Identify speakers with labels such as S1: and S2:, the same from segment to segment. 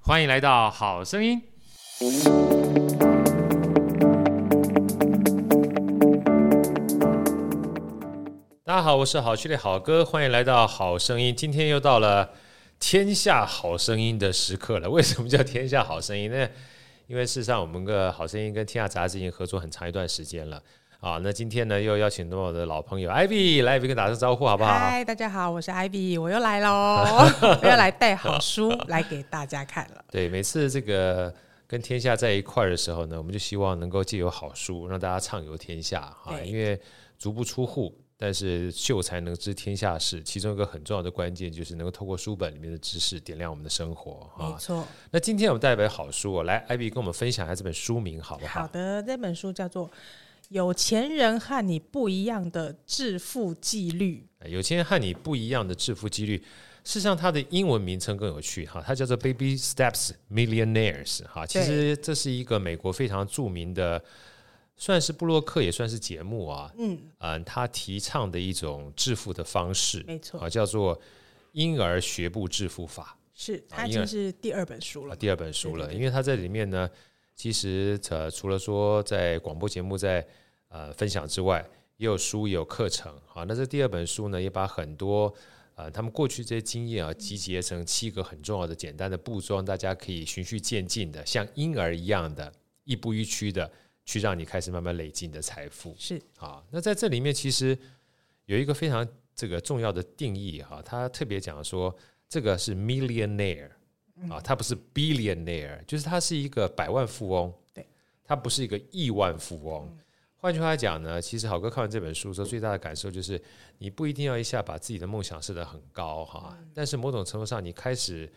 S1: 欢迎来到《好声音》。大家好，我是好趣的好哥，欢迎来到《好声音》。今天又到了天下好声音的时刻了。为什么叫天下好声音呢？因为事实上，我们的好声音跟天下杂志已经合作很长一段时间了啊。那今天呢，又邀请到我的老朋友 Ivy 来，Ivy 跟打声招呼好不好？
S2: 嗨，大家好，我是 Ivy，我又来喽， 我又来带好书来给大家看了。
S1: 对，每次这个跟天下在一块儿的时候呢，我们就希望能够借由好书让大家畅游天下啊，
S2: 对
S1: 因为足不出户，但是秀才能知天下事，其中一个很重要的关键就是能够透过书本里面的知识点亮我们的生活
S2: 没
S1: 啊。
S2: 错，
S1: 那今天我们带来一本好书、哦，来，艾比跟我们分享一下这本书名好不好？
S2: 好的，这本书叫做《有钱人和你不一样的致富纪律
S1: 呃有钱人和你不一样的致富几率。事实上，它的英文名称更有趣哈，它叫做 Baby Steps Millionaires 哈。其
S2: 对
S1: 实这是一个美国非常著名的，算是布洛克也算是节目啊。嗯嗯，他提倡的一种致富的方式，
S2: 没错
S1: 啊，叫做婴儿学步致富法。》，
S2: 是
S1: 啊
S2: 它已
S1: 因为
S2: 经是第二本书
S1: 啊，
S2: 了。
S1: 第二本书了，因为他在里面呢，其实呃，除了说在广播节目在呃分享之外，也有书也有课程啊。那这第二本书呢，也把很多呃他们过去这些经验啊，
S2: 嗯
S1: 集结成七个很重要的简单的步骤，让大家可以循序渐进的，像婴儿一样的，一步一趋的去让你开始慢慢累积你的财富。
S2: 是
S1: 啊。那在这里面其实有一个非常这个重要的定义哈、他特别讲说这个是 millionaire 啊，他不是 billionaire，就是他是一个百万富翁，
S2: 对，
S1: 他不是一个亿万富翁。换句话讲呢，其实好哥看完这本书之后，最大的感受就是，你不一定要一下把自己的梦想设得很高哈，但是某种程度上，你开始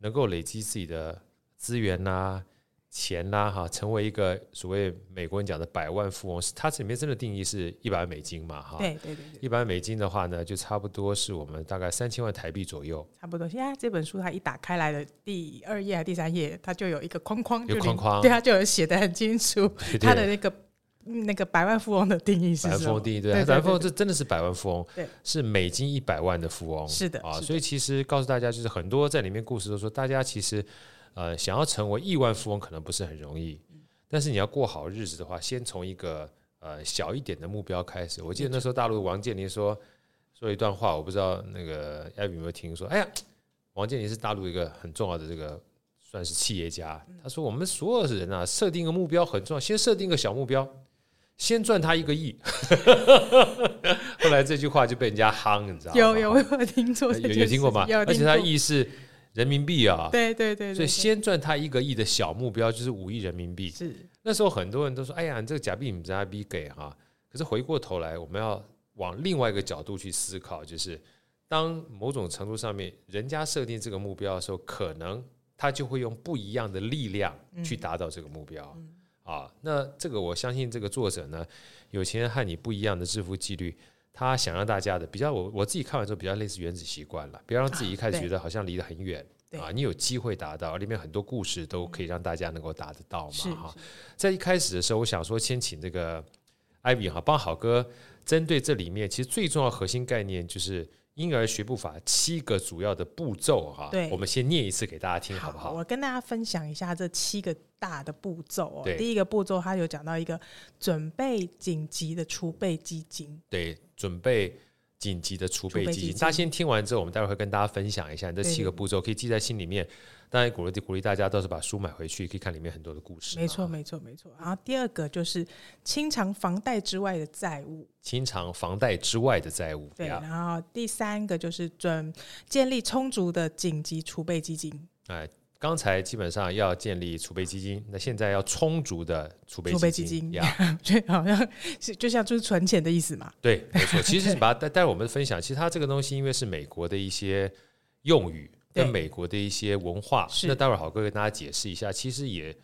S1: 能够累积自己的资源呐、钱啦、哈，成为一个所谓美国人讲的百万富翁，是它这里面真的定义是一百万美金嘛哈？
S2: 对对对对，
S1: 一百万美金的话呢，就差不多是我们大概三千万台币左右，
S2: 差不多。现在这本书它一打开来的第二页还是第三页，它就有一个框框，
S1: 有
S2: 就里
S1: 框框
S2: 对，它就有写的很清楚，
S1: 对
S2: 它的那个嗯那个百万富翁的定义是
S1: 百万
S2: 什
S1: 富
S2: 么
S1: 翁？定义对，
S2: 对
S1: 百万
S2: 对
S1: 富翁
S2: 对
S1: 这真的是百万富翁，
S2: 对
S1: 是美金一百万的富翁，
S2: 是的
S1: 啊，
S2: 是的
S1: 所以其实告诉大家，就是很多在里面故事都说，大家其实呃想要成为亿万富翁可能不是很容易，
S2: 嗯
S1: 但是你要过好日子的话，先从一个呃小一点的目标开始。我记得那时候大陆王健林说说一段话，我不知道那个艾比有没有听说，哎呀，王健林是大陆一个很重要的这个。算是企业家，他说我们所有的人啊，设定个目标很重要，先设定个小目标，先赚他一个亿。 后来这句话就被人家夯，你知道吗？哎
S2: 有有我有听错这
S1: 有
S2: 件事情，
S1: 有听过吗？
S2: 有
S1: 而且
S2: 听
S1: 他
S2: 过
S1: 亿是人民币啊，
S2: 对对对对，
S1: 所以
S2: 对
S1: 先赚他一个亿的小目标就是五亿人民币。
S2: 是
S1: 那时候很多人都说：“哎呀，你这个假币你不是逼给哈。”可是回过头来，我们要往另外一个角度去思考，就是当某种程度上面人家设定这个目标的时候，可能他就会用不一样的力量去达到这个目标。啊，那这个我相信这个作者呢，有钱人和你不一样的致富纪律，他想让大家的比较我我自己看完之后比较类似原子习惯了，不要让自己一开始
S2: 对
S1: 觉得好像离得很远
S2: 对嗯
S1: 啊，你有机会达到，里面很多故事都可以让大家能够达得到
S2: 是
S1: 嘛哈。在一开始的时候，我想说先请这个艾比哈帮好哥针对这里面其实最重要的核心概念就是婴儿学步法七个主要的步骤哈
S2: 对，
S1: 我们先念一次给大家听好不好？
S2: 我跟大家分享一下这七个大的步骤哦
S1: 对。
S2: 第一个步骤，它有讲到一个准备紧急的储备基金，
S1: 对，准备。紧急的储备
S2: 储备
S1: 基金，
S2: 基金
S1: 大家先听完之后，我们待会儿会跟大家分享一下你这
S2: 对
S1: 七个步骤，可以记在心里面。当然，鼓励鼓励大家到时候把书买回去，可以看里面很多的故事嘛。啊
S2: 没错，没错，没错。然后第二个就是清偿房贷之外的债务，
S1: 清偿房贷之外的债务，
S2: 对。
S1: 呀
S2: 然后第三个就是准建立充足的紧急储备基金，
S1: 哎，刚才基本上要建立储备基金，那现在要充足的储备
S2: 储备
S1: 基
S2: 基金
S1: 呀，
S2: 对，好像是就像就是存钱的意思嘛。
S1: 对，没错。其实你把它带带我们分享，其实它这个东西因为是美国的一些用语跟
S2: 对
S1: 美国的一些文化，
S2: 是
S1: 那待会儿好哥跟大家解释一下，其实也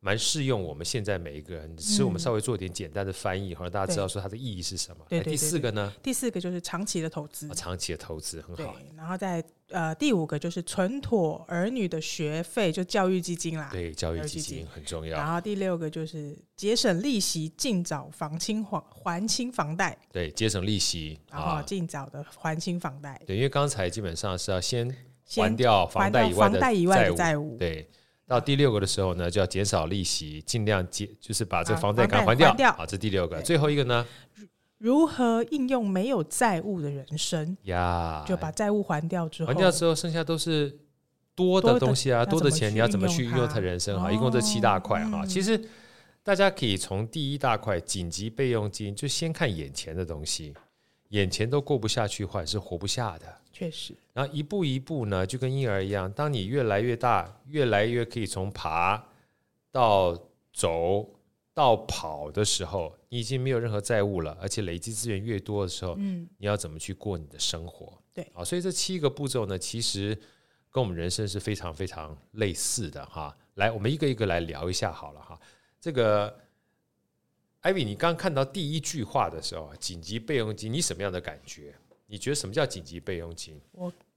S1: 蛮适用我们现在每一个人，只是我们稍微做点简单的翻译，好让大家知道说它的意义是什么。
S2: 嗯对
S1: 哎
S2: 对
S1: 第
S2: 对
S1: 四个呢，
S2: 第四个就是长期的投资
S1: 啊，长期的投资很
S2: 对
S1: 好。，
S2: 然后再呃第五个就是存妥儿女的学费，就教育基金啦。
S1: 对，教育
S2: 啊教育
S1: 基
S2: 基
S1: 金
S2: 金
S1: 很重要。
S2: 然后第六个就是节省利息，尽早还清还还清房贷，
S1: 对，节省利息
S2: 然后
S1: 啊。
S2: 尽早的还清房贷，
S1: 对，因为刚才基本上是要先
S2: 先
S1: 还掉房
S2: 还
S1: 贷
S2: 到
S1: 以外
S2: 房
S1: 的
S2: 贷以外
S1: 债
S2: 的
S1: 务。
S2: 债务。
S1: 对，到第六个的时候呢，就要减少利息，尽量减，就是把这
S2: 把
S1: 个房贷赶快还
S2: 房贷
S1: 掉。
S2: 还掉
S1: 好，这第六个。
S2: 对
S1: 最后一个呢，
S2: 如何应用没有债务的人生？
S1: 呀，
S2: 就把债务还掉之后，
S1: 哎还掉之后，剩下都是多
S2: 多
S1: 的
S2: 的
S1: 东西啊，
S2: 要
S1: 多
S2: 怎么
S1: 的钱
S2: 去
S1: 你要怎么
S2: 运
S1: 去
S2: 用
S1: 运用
S2: 它
S1: 它人生哈？
S2: 哦
S1: 一共这七大块哈。
S2: 嗯
S1: 其实大家可以从第一大块紧急备用金，就先看眼前的东西，眼前都过不下去的话，是活不下的。
S2: 确实
S1: 然后一步一步呢，就跟婴儿一样，当你越来越大，越来越可以从爬到走到跑的时候，你已经没有任何债务了，而且累积资源越多的时候，
S2: 嗯，
S1: 你要怎么去过你的生活？
S2: 对
S1: 啊，所以这七个步骤呢，其实跟我们人生是非常非常类似的哈。来，我们一个一个来聊一下好了哈。这个艾比，你刚看到第一句话的时候啊，紧急备用金，你什么样的感觉？你觉得什么叫紧急备用金？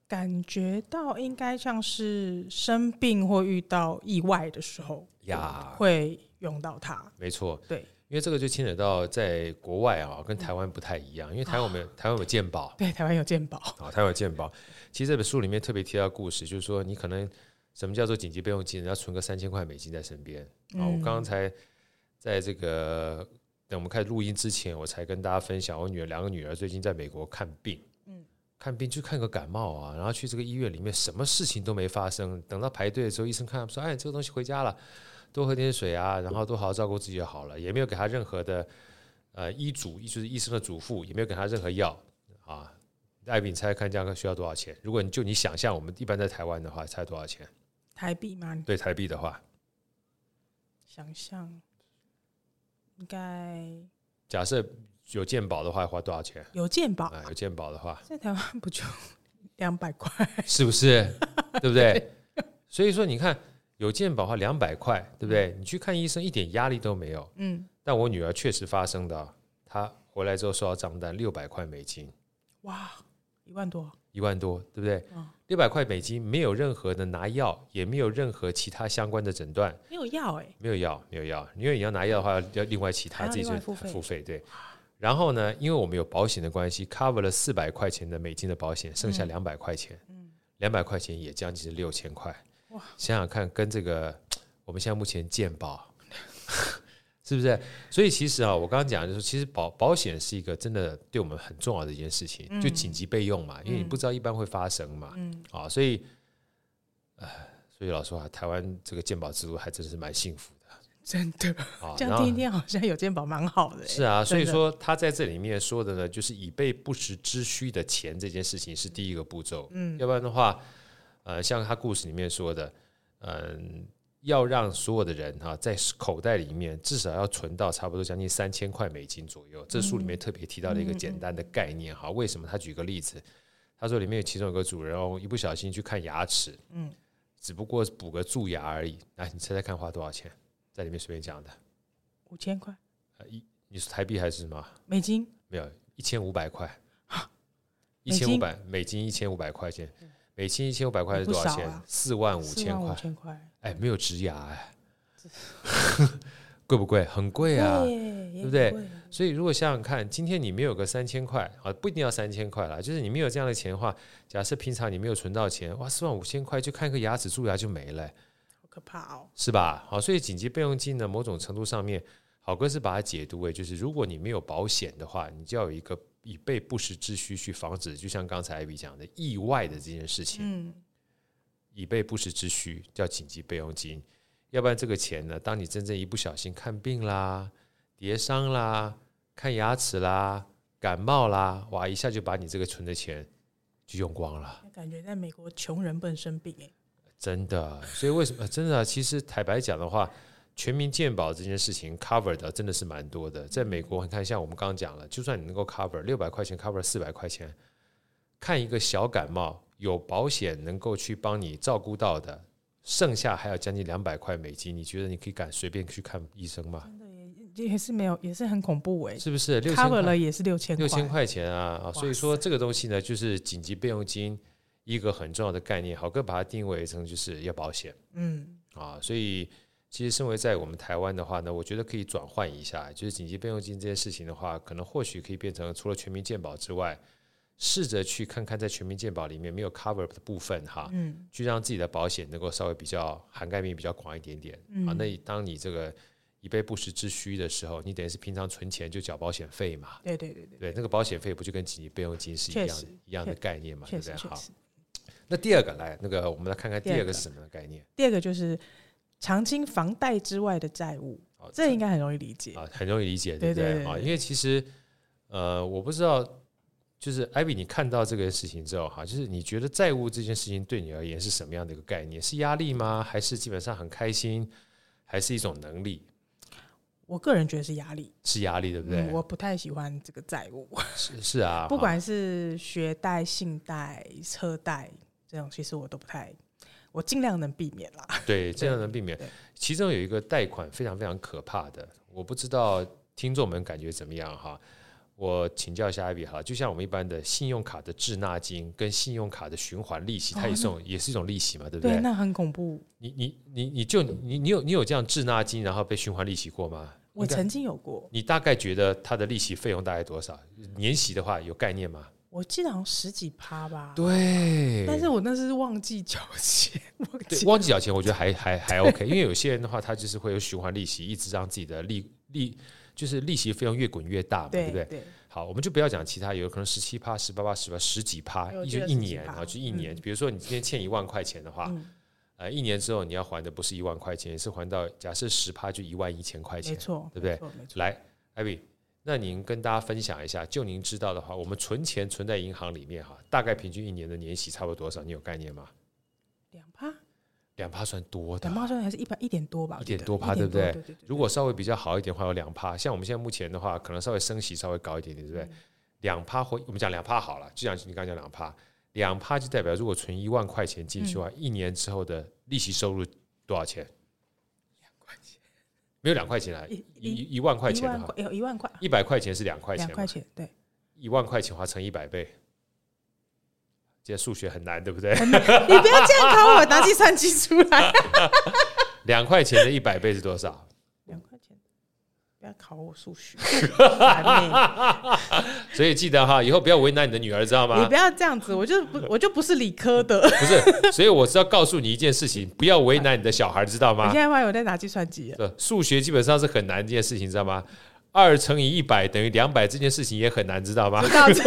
S2: 感觉到应该像是生病或遇到意外的时候
S1: 呀，
S2: 会用到它。
S1: 没错，
S2: 对
S1: 因为这个就牵扯到在国外啊，跟台湾不太一样，因为台湾我们、台湾有健保，
S2: 对，台湾有健保，
S1: 啊，台湾有健保。其实这本书里面特别提到故事，就是说你可能什么叫做紧急备用金，你要存个三千块美金在身边啊。我
S2: 嗯
S1: 刚才在这个等我们开始录音之前，我才跟大家分享，我女儿两个女儿最近在美国看病，看病就看个感冒啊，然后去这个医院里面什么事情都没发生，等到排队的时候，医生看他们说，哎，这个东西回家了，多喝点水啊，然后多好好照顾自己就好了，也没有给他任何的呃医嘱，就是医生的嘱咐，也没有给他任何药啊。艾比，你猜猜看这样需要多少钱？如果你就你想象我们一般在台湾的话，猜多少钱？
S2: 台币吗？
S1: 对台币的话，
S2: 想象应该
S1: 假设有健保的话，花多少钱？
S2: 有健保，
S1: 啊，有健保的话，
S2: 在台湾不就两百块？
S1: 是不是？对不对？所以说，你看有健保的话，两百块，对不对？你去看医生一点压力都没有。
S2: 嗯，
S1: 但我女儿确实发生的啊，她回来之后收到账单六百块美金，
S2: 哇，一万多，
S1: 一万多，对不对
S2: 嗯？
S1: 六百块美金没有任何的拿药，也没有任何其他相关的诊断，
S2: 没有要哎，
S1: 没有药，没有药，因为你要拿药的话要要另外其
S2: 还
S1: 他
S2: 要
S1: 自己
S2: 另外
S1: 就
S2: 付费
S1: 付费对。然后呢，因为我们有保险的关系，cover 了四百块钱的美金的保险，剩
S2: 嗯
S1: 下两百块钱，两百块钱也将近是六千块。
S2: 哇
S1: 想想看，跟这个我们现在目前健保 是不是？所以其实啊，我刚刚讲就是，其实保保险是一个真的对我们很重要的一件事情，就紧急备用嘛，因为你不知道一般会发生嘛，
S2: 嗯
S1: 啊，所以，呃，所以老实话，台湾这个健保制度还真是蛮幸福的。
S2: 真的，
S1: 啊，
S2: 这
S1: 然
S2: 样
S1: 后
S2: 听一听好像有健保蛮好的欸。
S1: 是啊，所以
S2: 真的
S1: 说他在这里面说的呢，就是以备不时之需的钱这件事情是第一个步骤，
S2: 嗯
S1: 要不然的话，呃，像他故事里面说的，嗯，要让所有的人哈、在口袋里面至少要存到差不多将近三千块美金左右。这书里
S2: 嗯
S1: 面特别提到了一个简单的概念哈，为什么？他举个例子，他说里面有其中有个主人翁一不小心去看牙齿，
S2: 嗯，
S1: 只不过补个蛀牙而已，来，你猜猜看花多少钱？在里面随便讲的，
S2: 五千块
S1: 你说台币还是什么？
S2: 美金，
S1: 没有一千五百块，一
S2: 啊美
S1: 千五
S2: 金嗯
S1: 百美金一千五百块钱，美金一千五百块是
S2: 不
S1: 多少
S2: 少
S1: 钱
S2: 啊？
S1: 四万五千
S2: 4万
S1: 块
S2: 五，千块，
S1: 哎，没有植牙哎， 贵不贵？很贵啊。
S2: 对
S1: 不对？所以如果想想看，今天你没有个三千块啊，不一定要三千块啦，就是你没有这样的钱的话，假设平常你没有存到钱，哇，四万五千块就看个牙齿蛀牙就没了、欸
S2: 好可怕哦！
S1: 是吧？好，所以紧急备用金呢，某种程度上面，好哥是把它解读为，就是如果你没有保险的话，你就要有一个以备不时之需去防止，就像刚才艾比讲的意外的这件事情，
S2: 嗯，
S1: 以备不时之需叫紧急备用金。要不然这个钱呢，当你真正一不小心看病啦、跌伤啦、看牙齿啦、感冒啦，哇，一下就把你这个存的钱就用光了。
S2: 感觉在美国穷人不能生病哎。
S1: 真的，所以为什么、呃真的啊、其实坦白讲的话，全民健保这件事情 cover 的真的是蛮多的。在美国，你看像我们刚刚讲了，就算你能够 cover 六百块钱，cover 四百块钱，看一个小感冒，有保险能够去帮你照顾到的，剩下还有将近两百块美金，你觉得你可以敢随便去看医生吗？
S2: 也是没有，也是很恐怖哎、
S1: 是不是？六
S2: c
S1: 千
S2: o v
S1: 块
S2: e r 了也是六千
S1: 六
S2: 块，
S1: 千块钱啊啊！所以
S2: 哇
S1: 说这个东西呢，就是紧急备用金一个很重要的概念，好哥把它定位成就是要保险。
S2: 嗯，
S1: 啊，所以其实身为在我们台湾的话呢，我觉得可以转换一下，就是紧急备用金这件事情的话，可能或许可以变成除了全民健保之外，试着去看看在全民健保里面没有 cover 的部分哈，
S2: 嗯
S1: 去让自己的保险能够稍微比较涵盖面比较广一点点、啊。
S2: 嗯
S1: 那你当你这个以备不时之需的时候，你等于是平常存钱就缴保险费嘛，
S2: 对对对对，
S1: 对，那个保险费不就跟紧急备用金是一
S2: 确
S1: 样
S2: 实
S1: 一样的概念嘛，对
S2: 确
S1: 不对？
S2: 实确
S1: 好，
S2: 实。
S1: 那第二个来，那个我们来看看第
S2: 第二
S1: 二个
S2: 个
S1: 是什么样的概念？
S2: 第二个就是偿清房贷之外的债务，
S1: 好
S2: 这应该很容易理解。
S1: 啊，很容易理解，
S2: 对
S1: 不对
S2: 对对
S1: 啊？
S2: 对
S1: 因为其实呃，我不知道，就是艾比，你看到这个事情之后哈，就是你觉得债务这件事情对你而言是什么样的一个概念？是压力吗？还是基本上很开心？还是一种能力？
S2: 我个人觉得是压力，
S1: 是压力，对不对？
S2: 嗯，我不太喜欢这个债务，
S1: 是是啊，
S2: 不
S1: 哈
S2: 管是学贷、信贷、车贷这种，其实我都不太，我尽量能避免啦。
S1: 对这样能避免
S2: 对。
S1: 其中有一个贷款非常非常可怕的，我不知道听众们感觉怎么样哈。我请教一下艾比哈，就像我们一般的信用卡的滞纳金跟信用卡的循环利息，它也是一种、也是一种利息嘛，对不
S2: 哦对，那很恐怖。
S1: 你你你你就你你有你有这样滞纳金，然后被循环利息过吗？
S2: 我
S1: 应该
S2: 曾经有过，
S1: 你大概觉得它的利息费用大概多少？年息的话有概念吗？
S2: 我记得好像十几趴吧。
S1: 对
S2: 但是我那是忘记缴钱，忘
S1: 对，
S2: 记
S1: 忘记缴钱，我觉得还还 还 OK，因为有些人的话，他就是会有循环利息，一直让自己的利利就是利息费用越滚越大嘛，对不对？
S2: 对，
S1: 好，我们就不要讲其他，有可能十七趴、十八趴、十八十几趴，
S2: 哎我
S1: 一
S2: 记
S1: 就
S2: 得
S1: 一
S2: 17%
S1: 年啊，就一年。
S2: 嗯
S1: 比如说你今天欠一万块钱的话，
S2: 嗯
S1: 呃，一年之后你要还的不是一万块钱，也是还到假设十趴就一万一千块
S2: 没
S1: 钱。
S2: 错，
S1: 对不对
S2: 没错？没错，来，
S1: 来，艾比，那您跟大家分享一下，就您知道的话，我们存钱存在银行里面哈，大概平均一年的年息差不多多少？你有概念吗？
S2: 两趴，
S1: 啊两趴算多的
S2: 两，趴算还是一百一点多吧？我记得
S1: 1.多趴
S2: 1.
S1: 对
S2: 多
S1: 不对
S2: 对对对
S1: 如果稍微比较好一点的话，有两趴。像我们现在目前的话，可能稍微升息稍微高一点点，对不
S2: 嗯
S1: 对？两趴或我们讲两趴好了，就讲你刚刚讲两趴，两趴就代表如果存一万块钱进去的话，一年之后的利息收入多少钱？没有两块钱啊，
S2: 一
S1: 一
S2: 一
S1: 一万块
S2: 一
S1: 钱的
S2: 万
S1: 话，
S2: 块，有哎一万块，
S1: 一百块钱是两块钱
S2: 两
S1: 嘛，啊
S2: 块钱，对，
S1: 一万块钱的话乘一百倍，这数学很难，对不对？
S2: 你不要这
S1: 啊
S2: 样考我，拿计算机出 来。
S1: 两块钱的一百倍是多少？
S2: 两块钱，不要考我 数学，烦欸
S1: 所以记得哈，以后不要为难你的女儿，知道吗？
S2: 你不要这样子，我就不我就不是理科的。我
S1: 不是，所以我是要告诉你一件事情，不要为难你的小孩，知道吗
S2: 现？在发现我在拿计算机 了，
S1: 对，数学基本上是很难一件事情，知道吗？二乘以一百等于两百这件事情也很难，知道吗？
S2: 到这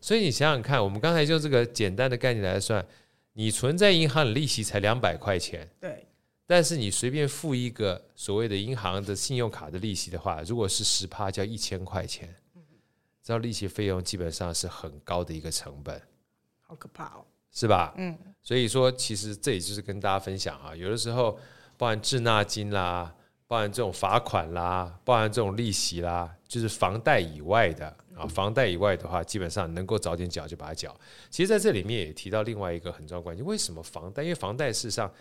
S1: 所以你想想看，我们刚才就这个简单的概念来算，你存在银行的利息才两百块钱，
S2: 对
S1: 但是你随便付一个所谓的银行的信用卡的利息的话，如果是十趴，叫一千块钱，知道利息费用基本上是很高的一个成本，
S2: 好可怕哦。
S1: 是吧？
S2: 嗯，
S1: 所以说，其实这也就是跟大家分享啊，有的时候包含滞纳金啦，包含这种罚款啦，包含这种利息啦，就是房贷以外的啊，
S2: 嗯
S1: 房贷以外的话，基本上能够早点缴就把它缴。其实在这里面也提到另外一个很重要的关键，为什么房贷？因为房贷事实上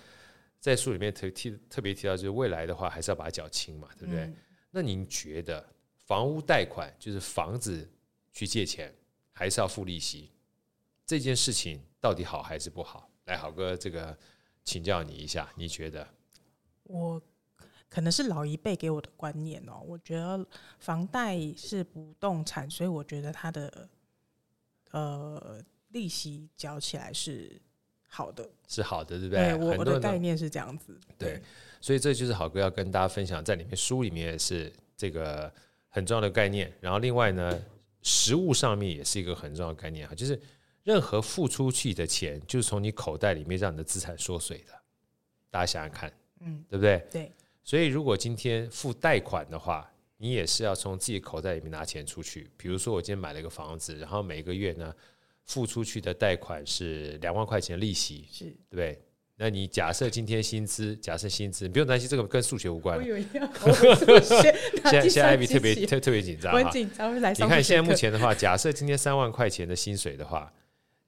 S1: 在书里面特提特别提到，就是未来的话还是要把它缴清嘛，对不对？
S2: 嗯
S1: 那您觉得房屋贷款就是房子去借钱，还是要付利息？这件事情到底好还是不好？来，好哥，这个请教你一下，你觉得？
S2: 我可能是老一辈给我的观念哦，我觉得房贷是不动产，所以我觉得它的呃利息缴起来是好的。
S1: 是好的，对不
S2: 对我
S1: 很多
S2: 我的
S1: 人
S2: 概
S1: 都
S2: 念是这样子。
S1: 对，所以这就是好哥要跟大家分享，在里面书里面也是这个很重要的概念。然后另外呢，实物上面也是一个很重要的概念哈，就是任何付出去的钱，就是从你口袋里面让你的资产缩水的。大家想想看，
S2: 嗯，
S1: 对不对？
S2: 对。
S1: 所以如果今天付贷款的话，你也是要从自己口袋里面拿钱出去。比如说，我今天买了一个房子，然后每个月呢付出去的贷款是两万块钱的利息，
S2: 是。
S1: 对不对？那你假设今天薪资，假设薪资，你不用担心这个跟数学无关
S2: 我
S1: 了。
S2: 以为你要考我数 学，拿
S1: 现在
S2: 计
S1: 现在艾
S2: 算
S1: 比
S2: 机
S1: 特别
S2: 起来
S1: 特特别紧张
S2: 我
S1: 哈
S2: 很，紧张，会来
S1: 你
S2: 上
S1: 看
S2: 数
S1: 现在
S2: 学
S1: 目
S2: 课。
S1: 前的话，假设今天三万块钱的薪水的话，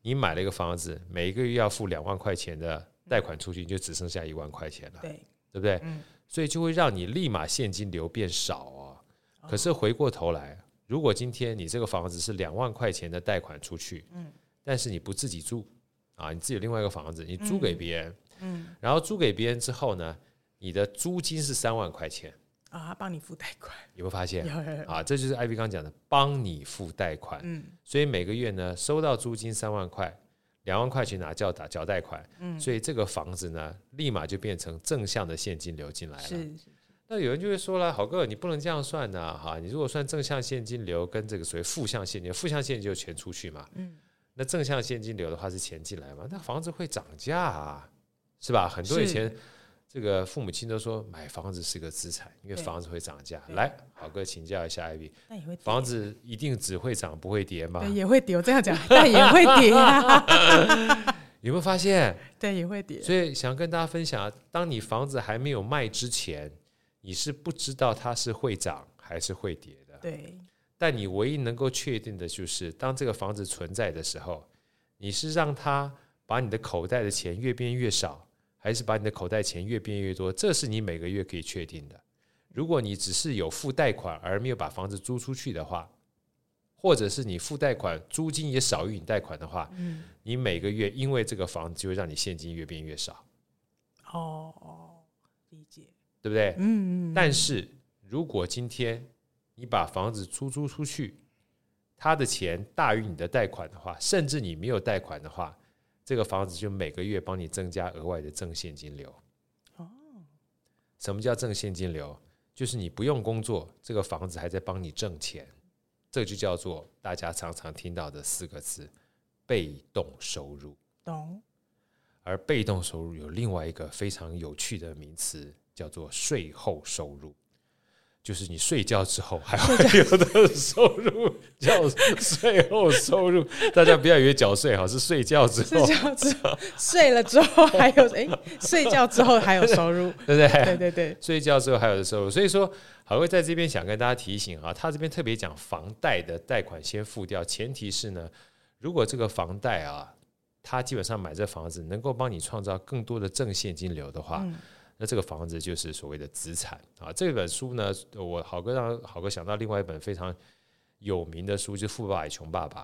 S1: 你买了一个房子，每个月要付两万块钱的贷款出去，你就只剩下一万块钱了，
S2: 对，
S1: 对不对？
S2: 嗯
S1: 所以就会让你立马现金流变少啊、可
S2: 哦
S1: 是回过头来，如果今天你这个房子是两万块钱的贷款出去，
S2: 嗯
S1: 但是你不自己住啊，你自己有另外一个房子，你租给别人，
S2: 嗯，
S1: 然后租给别人之后呢，你的租金是三万块钱，
S2: 啊，他帮你付贷款，
S1: 有没有发现
S2: 有？有有，
S1: 啊，这就是艾比刚讲的，帮你付贷款。
S2: 嗯
S1: 所以每个月呢，收到租金三万块，两万块去拿叫打缴贷款，
S2: 嗯，
S1: 所以这个房子呢，立马就变成正向的现金流进来了。
S2: 是是
S1: 那有人就会说了，好哥，你不能这样算呐、哈！你如果算正向现金流跟这个所谓负向现金流，负向现金流就钱出去嘛，
S2: 嗯，
S1: 那正向现金流的话是钱进来嘛，那房子会涨价啊，是吧？很多以
S2: 是
S1: 前这个父母亲都说买房子是个资产，因为
S2: 对
S1: 房子会涨价。
S2: 对
S1: 来，好哥请教一下艾比，
S2: 但也会跌
S1: 房子一定只会涨不会跌吗？
S2: 对也会跌，我这样讲， 但也会 跌啊，
S1: 有没有发现？
S2: 对也会跌，
S1: 所以想跟大家分享，当你房子还没有卖之前，你是不知道它是会涨还是会跌的。
S2: 对
S1: 但你唯一能够确定的就是，当这个房子存在的时候，你是让它把你的口袋的钱越变越少，还是把你的口袋钱越变越多？这是你每个月可以确定的。如果你只是有付贷款而没有把房子租出去的话，或者是你付贷款租金也少于你贷款的话，
S2: 嗯
S1: 你每个月因为这个房子就会让你现金越变越少，
S2: 哦哦，理解，
S1: 对不对？
S2: 嗯嗯，
S1: 但
S2: 是
S1: 是如果今天你把房子出租出去，他的钱大于你的贷款的话，甚至你没有贷款的话，这个房子就每个月帮你增加额外的正现金流。
S2: 哦，
S1: 什么叫正现金流？就是你不用工作，这个房子还在帮你挣钱，这就叫做大家常常听到的四个字——被动收入。
S2: 懂，
S1: 而被动收入有另外一个非常有趣的名词，叫做税后收入，就是你睡觉之后还会有的收入，叫税后收入。大家不要以为缴税哈，是睡觉之
S2: 睡
S1: 后，
S2: 觉之后睡了之后还有哎，睡觉之后还有 收入，
S1: 对不对？
S2: 对对对，
S1: 睡觉之后还有的收入，所以说还会在这边想跟大家提醒啊，他这边特别讲房贷的贷款先付掉，前提是呢，如果这个房贷啊，他基本上买这房子能够帮你创造更多的正现金流的话，
S2: 嗯
S1: 那这个房子就是所谓的资产啊。这本书呢，我好哥让好哥想到另外一本非常有名的书，就是《富爸爸与穷爸爸》。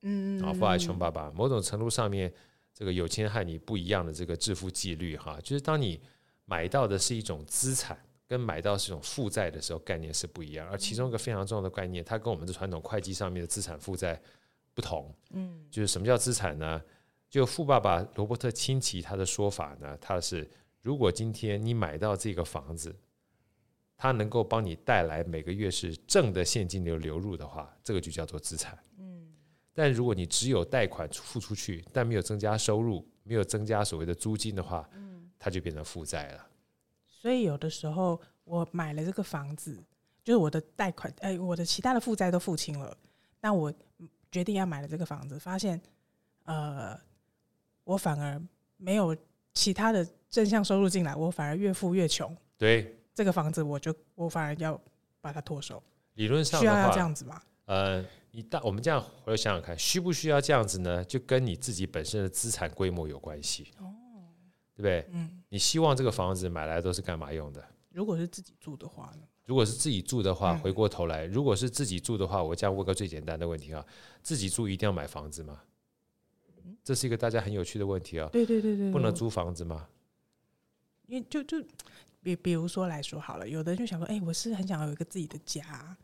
S2: 嗯，
S1: 啊，富爸爸穷爸爸，某种程度上面，这个有钱人和你不一样的这个致富纪律哈，就是当你买到的是一种资产，跟买到是一种负债的时候，概念是不一样。而其中一个非常重要的概念，它跟我们的传统会计上面的资产负债不同，
S2: 嗯，
S1: 就是什么叫资产呢？就富爸爸罗伯特清崎他的说法呢，他是如果今天你买到这个房子，它能够帮你带来每个月是正的现金流流入的话，这个就叫做资产。但如果你只有贷款付出去，但没有增加收入，没有增加所谓的租金的话，
S2: 嗯
S1: 它就变成负债了。
S2: 所以有的时候我买了这个房子，就是我的贷款，哎、我的其他的负债都付清了，那我决定要买了这个房子，发现呃，我反而没有其他的正向收入进来，我反而越付越穷，
S1: 对，
S2: 这个房子我就我反而要把它脱手，
S1: 理论上
S2: 需
S1: 的
S2: 要要这
S1: 话，
S2: 样子吗？
S1: 呃，你大我们这样回头想想看，需不需要这样子呢？就跟你自己本身的资产规模有关系，
S2: 哦，
S1: 对不对？
S2: 嗯，
S1: 你希望这个房子买来都是干嘛用的？
S2: 如果是自己住的话呢？
S1: 如果是自己住的话，
S2: 嗯
S1: 回过头来，如果是自己住的话，我这样问个最简单的问题啊：自己住一定要买房子吗？这是一个大家很有趣的问题啊。
S2: 嗯对对对对，
S1: 不能
S2: 我
S1: 租房子吗？
S2: 因为就就比比如说来说好了，有的人就想说，哎、我是很想有一个自己的家，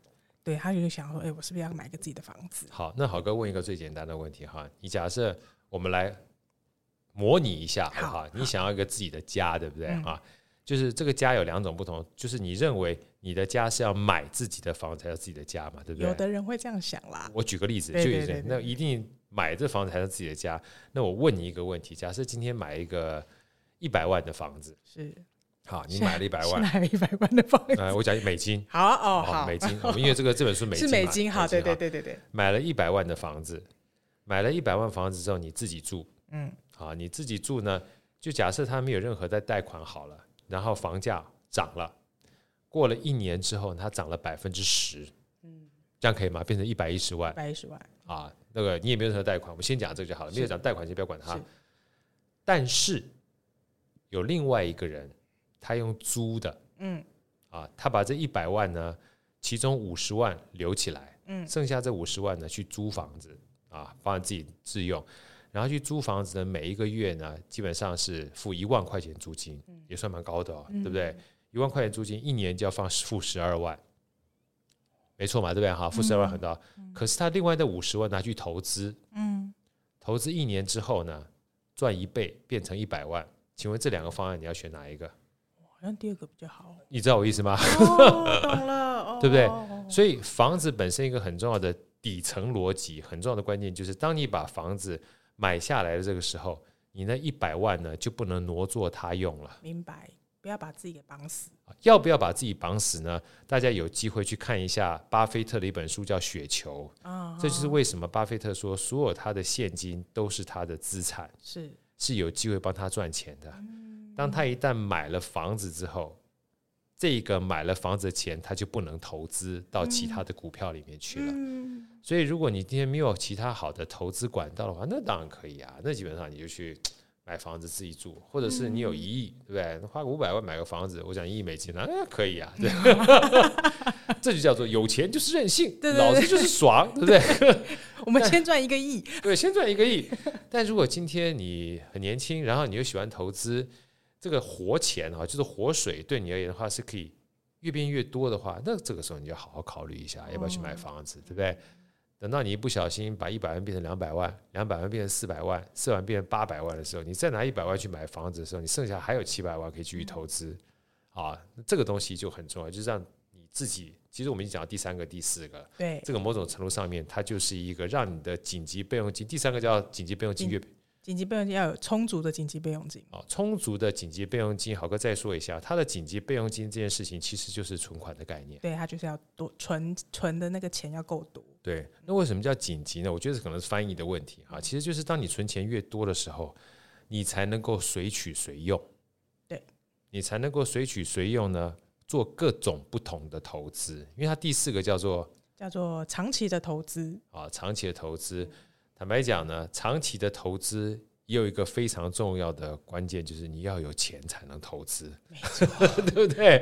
S2: 对他就想说，哎、我是不是要买个自己的房子？
S1: 好，那好哥问一个最简单的问题哈，你假设我们来模拟一下，好不好？
S2: 好
S1: 你想要一个自己的家，对不对、
S2: 嗯
S1: 啊？就是这个家有两种不同，就是你认为你的家是要买自己的房才叫自己的家嘛，对不
S2: 有
S1: 对？
S2: 的人会这样想啦，
S1: 我举个例子，就
S2: 对对
S1: 一
S2: 对对
S1: 那一定买这房子才是自己的家。那我问你一个问题，假设今天买一个一百万的房子，
S2: 是
S1: 好，你买了一百万，
S2: 是买了一百万的房子，
S1: 呃，我讲美金，
S2: 好啊哦，
S1: 好
S2: 好，
S1: 美金，因为这个这本书美金 啊
S2: 是
S1: 嘛
S2: 美金，好，对
S1: 对
S2: 对对对对，
S1: 买了一百万的房子，买了一百万房子之后你自己住
S2: 嗯，
S1: 啊，你自己住呢，就假设他没有任何在贷款好了，然后房价涨了，过了一年之后它涨了百分之十，
S2: 嗯
S1: 这样可以吗？变成一百一十
S2: 一
S1: 万
S2: 百一十万，
S1: 啊，那个你也没有任何贷款，我们先讲这个就好了，
S2: 是
S1: 没有讲贷款先不要管它
S2: 是。
S1: 但是有另外一个人，他用租的
S2: 嗯
S1: 啊，他把这一百万呢，其中五十万留起来。
S2: 嗯，
S1: 剩下这五十万呢去租房子啊，帮自己自用，然后去租房子呢，每一个月呢基本上是付一万块钱租金，也算蛮高的哦，对不对？一万块钱租金一年就要放付十二万，没错嘛，对不对？哈，付十二万很高，可是他另外的五十万拿去投资，
S2: 嗯，
S1: 投资一年之后呢，赚一倍变成一百万。请问这两个方案你要选哪一个？
S2: 好像第二个比较好。
S1: 你知道我意思吗？
S2: 哦，懂了，哦、
S1: 对不对
S2: 哦？
S1: 所以房子本身一个很重要的底层逻辑，很重要的关键就是，当你把房子买下来的这个时候，你那一百万呢就不能挪作他用了。
S2: 明白，不要把自己给绑死。
S1: 要不要把自己绑死呢？大家有机会去看一下巴菲特的一本书，叫《雪球》。
S2: 啊，
S1: 这就是为什么巴菲特说，所有他的现金都是他的资产，
S2: 是
S1: 是有机会帮他赚钱的。
S2: 嗯
S1: 当他一旦买了房子之后，这个买了房子的钱，他就不能投资到其他的股票里面去了。
S2: 嗯，
S1: 所以，如果你今天没有其他好的投资管道的话，那当然可以啊。那基本上你就去买房子自己住，或者是你
S2: 嗯
S1: 有一亿，对不对？花个五百万买个房子，我想一亿美金啊，那可以啊。对， 这就叫做有钱就是任性，
S2: 对对对
S1: 老子就是爽，对不对？
S2: 我们先赚一个亿，
S1: 对，先赚一个亿。 但如果今天你很年轻，然后你又喜欢投资，这个活钱啊，就是活水，对你而言的话是可以越变越多的话，那这个时候你就好好考虑一下，要不要去买房子，对不对？等到你一不小心把一百万变成两百万，两百万变成四百万，四百万变成八百万的时候，你再拿一百万去买房子的时候，你剩下还有七百万可以继续投资，啊，那这个东西就很重要，就是让你自己。其实我们已经讲到第三个、第四个了，
S2: 对，
S1: 这个某种程度上面，它就是一个让你的紧急备用金，第三个叫紧急备用金
S2: 紧
S1: 越
S2: 紧急备用金要有充足的紧急备用金。
S1: 哦充足的紧急备用金。好哥再说一下，它的紧急备用金这件事情其实就是存款的概念。
S2: 对他就是要多存存的那个钱要够多，
S1: 对，那为什么叫紧急呢？我觉得可能是翻译的问题哈，其实就是当你存钱越多的时候，你才能够随取随用，
S2: 对，
S1: 你才能够随取随用呢，做各种不同的投资。因为它第四个叫做
S2: 叫做长期的投资。
S1: 啊，长期的投资。坦白讲呢，长期的投资也有一个非常重要的关键，就是你要有钱才能投资，
S2: 没错，
S1: 对不 对？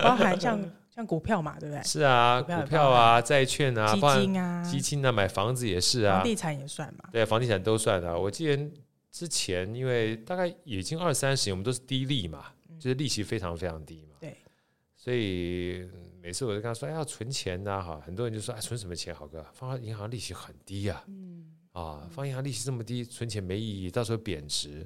S2: 包含像像股票嘛，对不对？
S1: 是啊，
S2: 股票也
S1: 股票啊，债券啊，
S2: 基
S1: 包含
S2: 金啊，
S1: 基金啊，买房子也是啊
S2: 房，地产也算嘛。
S1: 对，房地产都算啊。我记得之前因为大概已经二三十年，我们都是低利嘛，就是利息非常非常低嘛。
S2: 嗯对，
S1: 所以嗯每次我就跟他说：“哎，要存钱呐、哈！”很多人就说：“哎，存什么钱，好哥？放银行利息很低呀、
S2: 嗯
S1: 啊，放银行利息这么低，存钱没意义，到时候贬值。”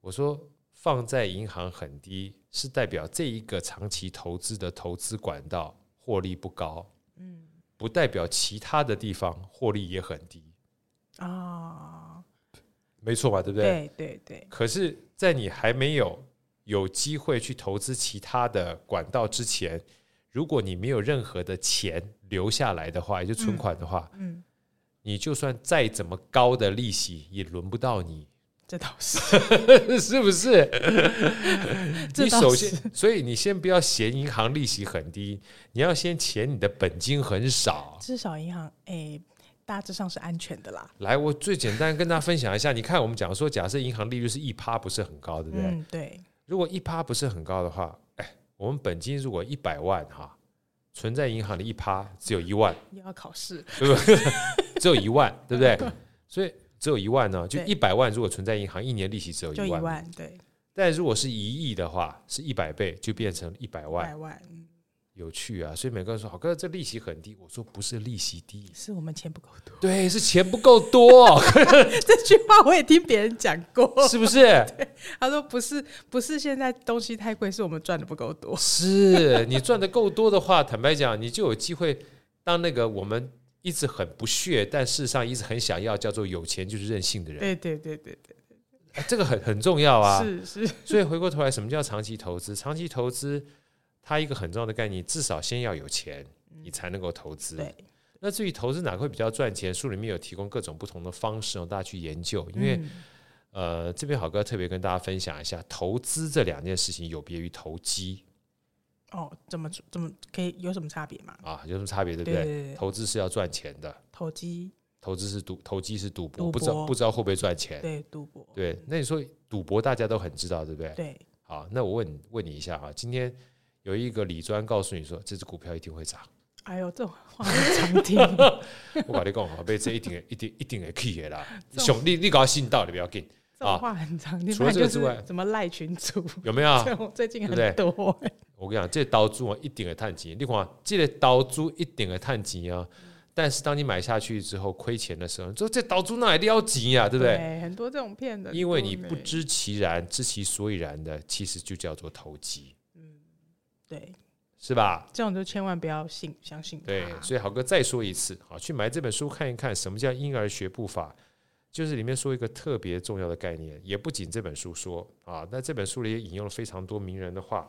S1: 我说：“放在银行很低，是代表这一个长期投资的投资管道获利不高，
S2: 嗯
S1: 不代表其他的地方获利也很低，
S2: 啊，
S1: 没错吧？对不对？
S2: 对对对，
S1: 可是，在你还没有有机会去投资其他的管道之前，如果你没有任何的钱留下来的话，也就存款的话，
S2: 嗯，
S1: 你就算再怎么高的利息，也轮不到你，
S2: 这倒是。
S1: 是不是？
S2: 这
S1: 你
S2: 倒
S1: 首
S2: 是
S1: 先，所以你先不要嫌银行利息很低，你要先嫌你的本金很少。
S2: 至少银行诶、大致上是安全的啦。
S1: 来，我最简单跟大家分享一下，你看我们讲说，假设银行利率是一趴，不是很高，对不对？
S2: 嗯，对，
S1: 如果一趴不是很高的话，哎，我们本金如果一百万哈，存在银行的一趴只有一万，
S2: 又要考试，
S1: 对不对？只有一万，对 不对？所以只有一万呢，就
S2: 对
S1: 一百万如果存在银行，一年利息只有
S2: 就
S1: 一
S2: 一
S1: 万。
S2: 万，对，
S1: 但如果是一亿的话，是一百倍，就变成一百万，
S2: 百万，嗯
S1: 有趣啊！所以每个人说：“好哥，这利息很低。”我说：“不是利息低，
S2: 是我们钱不够多。
S1: 对，是钱不够 多，
S2: 这句话我也听别人讲过，
S1: 是不是？
S2: 他说不是，不是现在东西太贵，是我们赚的不够 多。
S1: 是你赚的够多的话，坦白讲，你就有机会当那个我们一直很不屑，但事实上一直很想要叫做有钱就是任性的人，
S2: 对对对对对，
S1: 啊这个很很重要啊。
S2: 是是，
S1: 所以回过头来，什么叫长期投资？长期投资它一个很重要的概念，至少先要有钱，你才能够投资。
S2: 嗯对，
S1: 那至于投资哪个会比较赚钱，书里面有提供各种不同的方式让大家去研究，因
S2: 嗯
S1: 为、呃，这边好哥特别跟大家分享一下，投资这两件事情有别于投机
S2: 哦，怎么怎么可以有什么差别嘛？
S1: 啊，有什么差别，对不
S2: 对对对，
S1: 投资是要赚钱的，
S2: 投机，
S1: 投资是赌，投机是赌博，
S2: 赌
S1: 不知道
S2: 博
S1: 不知道会不会赚钱。
S2: 对赌博，
S1: 对，那你说赌博大家都很知道，对不对？
S2: 对
S1: 好，那我问问你一下哈，今天有一个理专告诉你说这只股票一定会涨，
S2: 哎呦，这种话我常听，
S1: 哦我跟你讲，好被这一定一定一定会 key 啦，兄弟你搞信到你不要紧，
S2: 这这种话很常见。
S1: 啊除了这个之
S2: 不然
S1: 外
S2: 就是什么赖群主，
S1: 有没有？
S2: 这种最近很
S1: 对
S2: 多、欸。
S1: 我跟你讲，这刀猪啊，一定的探钱。你看，这个刀猪一定的探钱啊。但是当你买下去之后亏钱的时候，你说这刀猪哪里撩急呀，对不对？
S2: 对？很多这种骗的，
S1: 因为你不
S2: 对
S1: 知其然，知其所以然的，其实就叫做投机，
S2: 对
S1: 是吧？
S2: 这种就千万不要信，相信
S1: 对，
S2: 他
S1: 所以豪哥再说一次啊，去买这本书看一看，什么叫婴儿学步法，就是里面说一个特别重要的概念，也不仅这本书说啊，那这本书里也引用了非常多名人的话。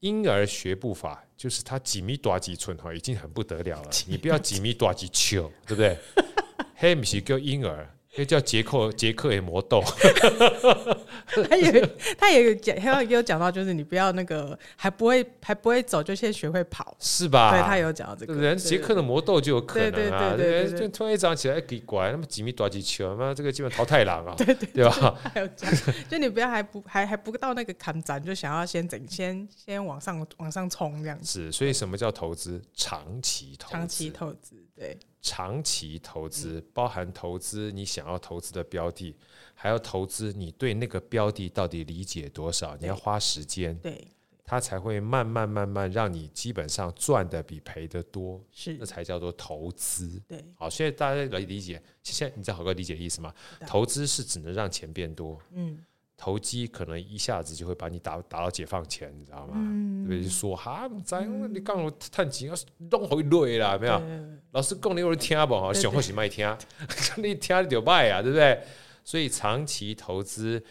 S1: 婴儿学步法就是他几米多几寸哈，已经很不得了了。你不要几米多几球，对不对？ 黑米是叫婴儿，那叫杰克杰克也魔豆，
S2: 他也他也有讲，他也有讲到，就是你不要那个还不会还不会走，就先学会跑。
S1: 是吧？
S2: 对他有讲到这个，
S1: 啊对不对？杰克的魔豆就有可能啊，
S2: 对对对对
S1: 不
S2: 对
S1: 就突然一早起来，哎给拐，那么几米多几球，妈这个基本淘汰狼啊， 对吧？
S2: 还有讲，就你不要还不还还不到那个坎展，就想要先整先先往上往上冲这样子，
S1: 是，所以什么叫投资？长期投资，
S2: 长期投嗯资，对
S1: 长期投资包含投资你想要投资的标的，还要投资你对那个标的到底理解多少，你要花时间，
S2: 对
S1: 它才会慢慢慢慢让你基本上赚的比赔的多，
S2: 是
S1: 那，才叫做投资。
S2: 对
S1: 好，现在大家来理解，现在你知道好哥理解的意思吗？
S2: 知道
S1: 投资是只能让钱变多，
S2: 嗯
S1: 投机可能一下子就会把你打打到解放前，你知道吗？对
S2: 嗯
S1: 不对？就说哈，咱你讲我探钱，啊弄回累啦，有没有？
S2: 对
S1: 老师讲你有人听不好，
S2: 对对
S1: 想或许卖听， 你听你就卖啊，对不对？所以长期投资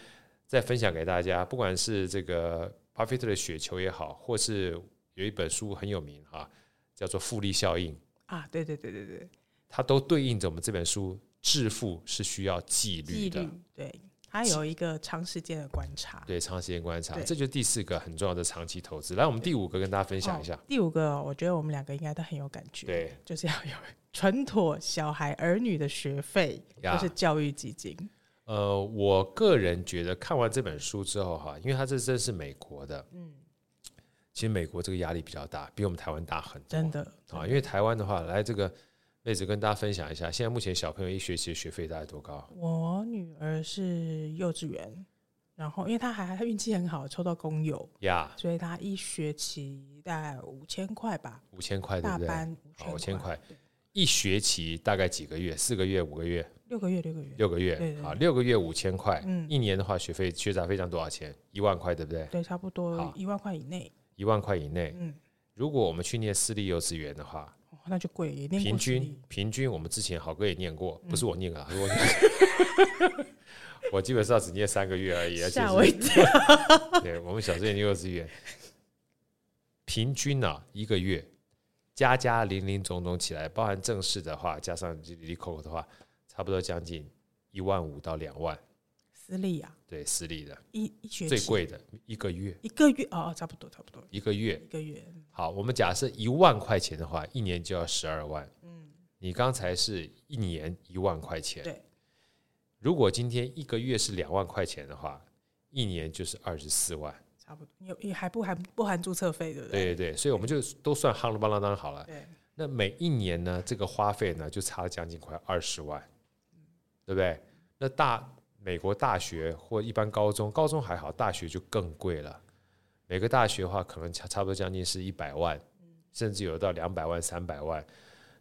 S1: 再分享给大家，不管是这个巴菲特的雪球也好，或是有一本书很有名哈、叫做《复利效应》，
S2: 啊，对对对对对，
S1: 它都对应着我们这本书，致富是需要纪律
S2: 纪
S1: 的。
S2: 律，对他有一个长时间的观察，
S1: 对，长时间观察，
S2: 对
S1: 这就是第四个很重要的长期投资。来，我们第五个跟大家分享一下
S2: 哦。第五个，我觉得我们两个应该都很有感觉，
S1: 对，
S2: 就是要有 存妥小孩儿女的学费
S1: 呀
S2: 或是教育基金，
S1: 呃，我个人觉得看完这本书之后哈，因为它这真是美国的，嗯，其实美国这个压力比较大，比我们台湾大很多，
S2: 真的
S1: 啊。因为台湾的话，来这个妹子跟大家分享一下，现在目前小朋友一学期的学费大概多高？
S2: 我女儿是幼稚园，然后因为她还她运气很好，抽到公有，
S1: 呀、
S2: 所以她一学期大概五千块吧，
S1: 五千块对不
S2: 大
S1: 对？
S2: 班
S1: 好，
S2: 五
S1: 五
S2: 千
S1: 千
S2: 块，
S1: 块，一学期大概几个月？四个月、五个月、
S2: 六个月六个月，
S1: 六个月
S2: 对对
S1: 啊？六个月五千块，
S2: 嗯
S1: 一年的话，学费学杂费这样多少钱？一万块，对不对？
S2: 对，差不多
S1: 好
S2: 一万块以内，
S1: 一万块以内。
S2: 嗯，
S1: 如果我们去念私立幼稚园的话，
S2: 哦那就贵，一定
S1: 平
S2: 过十
S1: 均
S2: 亿
S1: 平均，我们之前好哥也念过，
S2: 嗯
S1: 不是我念啊，我 我基本上只念三个月而已，而且
S2: 吓我一
S1: 是
S2: 跳，
S1: 对我们小时候念幼稚园，平均啊一个月，加加零零总总起来，包含正式的话，加上里里扣扣的话，差不多将近一万五到两万，
S2: 私立啊，
S1: 对私立的
S2: 一一学
S1: 最
S2: 期
S1: 贵的一个月
S2: 一个月哦，哦差不多差不多
S1: 一个月
S2: 一个月，
S1: 好，我们假设一万块钱的话，一年就要十二万。
S2: 嗯，
S1: 你刚才是一年一万块钱，
S2: 对。
S1: 如果今天一个月是两万块钱的话，一年就是二十四万。
S2: 差不多，你有你还不含不含注册费，对不对？
S1: 对对对，所以我们就都算夯了吧啷当好了。
S2: 对
S1: 那每一年呢，这个花费呢就差了将近快二十万，对不对？那大美国大学或一般高中，高中还好，大学就更贵了。每个大学的话，可能差差不多将近是一百万，甚至有的到两百万、三百万。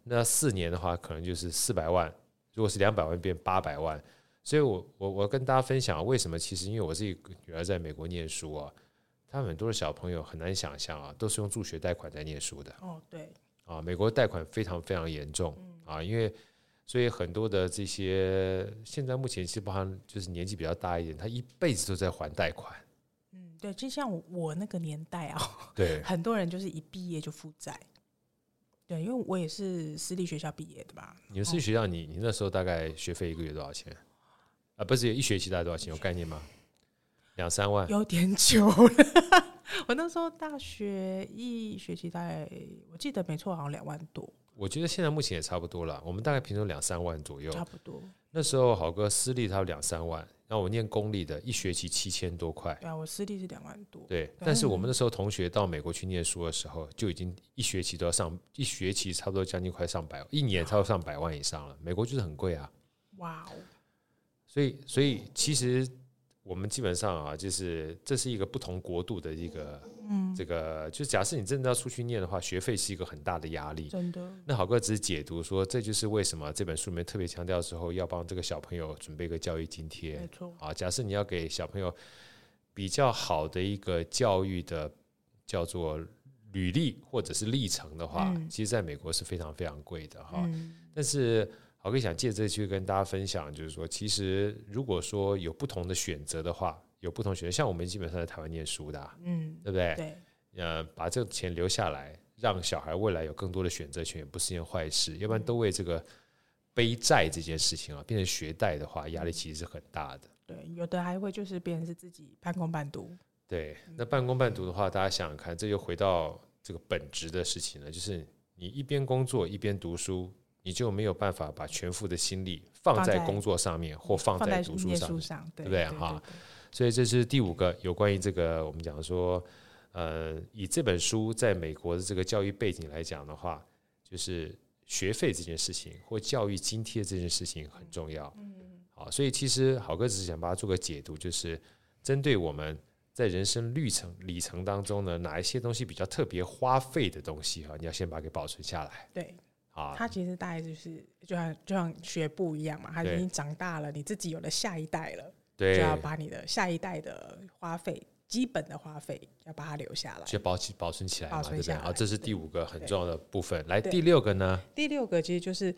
S1: 那四年的话，可能就是四百万。如果是两百万变八百万，所以我我我跟大家分享为什么，其实因为我自己女儿在美国念书啊，他们很多的小朋友很难想象啊，都是用助学贷款在念书的。
S2: 哦对，
S1: 啊，美国贷款非常非常严重
S2: 嗯
S1: 啊，因为所以很多的这些现在目前是包含就是年纪比较大一点，他一辈子都在还贷 款，
S2: 嗯对，就像我我那个年代啊，
S1: 对
S2: 很多人就是一毕业就负债。对，因为我也是私立学校毕业的嘛，
S1: 你们私立学校你你那时候大概学费一个月多少钱？啊，不是一学期大概多少钱？有概念吗？两三万，
S2: 有点久了。 我那时候大学一学期大概，我记得没错，好像两万多，
S1: 我觉得现在目前也差不多了，我们大概平均两三万左右。
S2: 差不多。
S1: 那时候好哥私立他两三万，那我念公立的，一学期七千多块。
S2: 对啊，我私立是两万多。
S1: 对，但是我们那时候同学到美国去念书的时候，就已经一学期都要上，一学期差不多将近快上百，一年差不多上百万以上了。美国就是很贵啊，
S2: 哇哦，
S1: 所以，所以其实我们基本上啊，就是这是一个不同国度的一个，
S2: 嗯，
S1: 这个就假设你真的要出去念的话，学费是一个很大的压力。
S2: 真的，
S1: 那好哥只是解读说，这就是为什么这本书里面特别强调之后要帮这个小朋友准备一个教育津贴。
S2: 没错，
S1: 啊，假设你要给小朋友比较好的一个教育的叫做履历或者是历程的话，
S2: 嗯
S1: 其实在美国是非常非常贵的哈。
S2: 嗯，
S1: 但是好哥想借这去跟大家分享，就是说，其实如果说有不同的选择的话，有不同选择，像我们基本上在台湾念书的啊、
S2: 嗯，
S1: 对不对？
S2: 对，
S1: 呃，把这个钱留下来，让小孩未来有更多的选择权，也不是件坏事。要不然都为这个背债这件事情啊，变成学贷的话，压力其实是很大的。
S2: 对，有的还会就是别人是自己半工半读，
S1: 对，那半工半读的话，大家想想看，这又回到这个本质的事情了，就是你一边工作一边读书，你就没有办法把全副的心力放
S2: 放
S1: 在
S2: 在
S1: 工作上面或放
S2: 放
S1: 在
S2: 在
S1: 读书
S2: 念
S1: 上
S2: 书
S1: 面。
S2: 上，
S1: 对
S2: 对
S1: 不对
S2: 对
S1: 哈？所以这是第五个有关于这个我们讲说，呃，以这本书在美国的这个教育背景来讲的话，就是学费这件事情或教育津贴这件事情很重要。
S2: 嗯，
S1: 好，所以其实好哥只是想把它做个解读，就是针对我们在人生历程里程当中呢，哪一些东西比较特别花费的东西哈，你要先把它给保存下来
S2: 对，
S1: 啊。
S2: 他其实大概就是就像就像学步一样嘛，他已
S1: 对
S2: 经长大了，你自己有了下一代了，就
S1: 对，
S2: 要把你的下一代的花费，基本的花费要把它留下来。
S1: 就保起保存起来嘛，
S2: 保
S1: 对
S2: 存
S1: 不对？
S2: 下来
S1: 啊，这是第
S2: 对
S1: 五个很
S2: 对
S1: 重要的部分。来，
S2: 对
S1: 第六个呢？
S2: 第六个其实就是，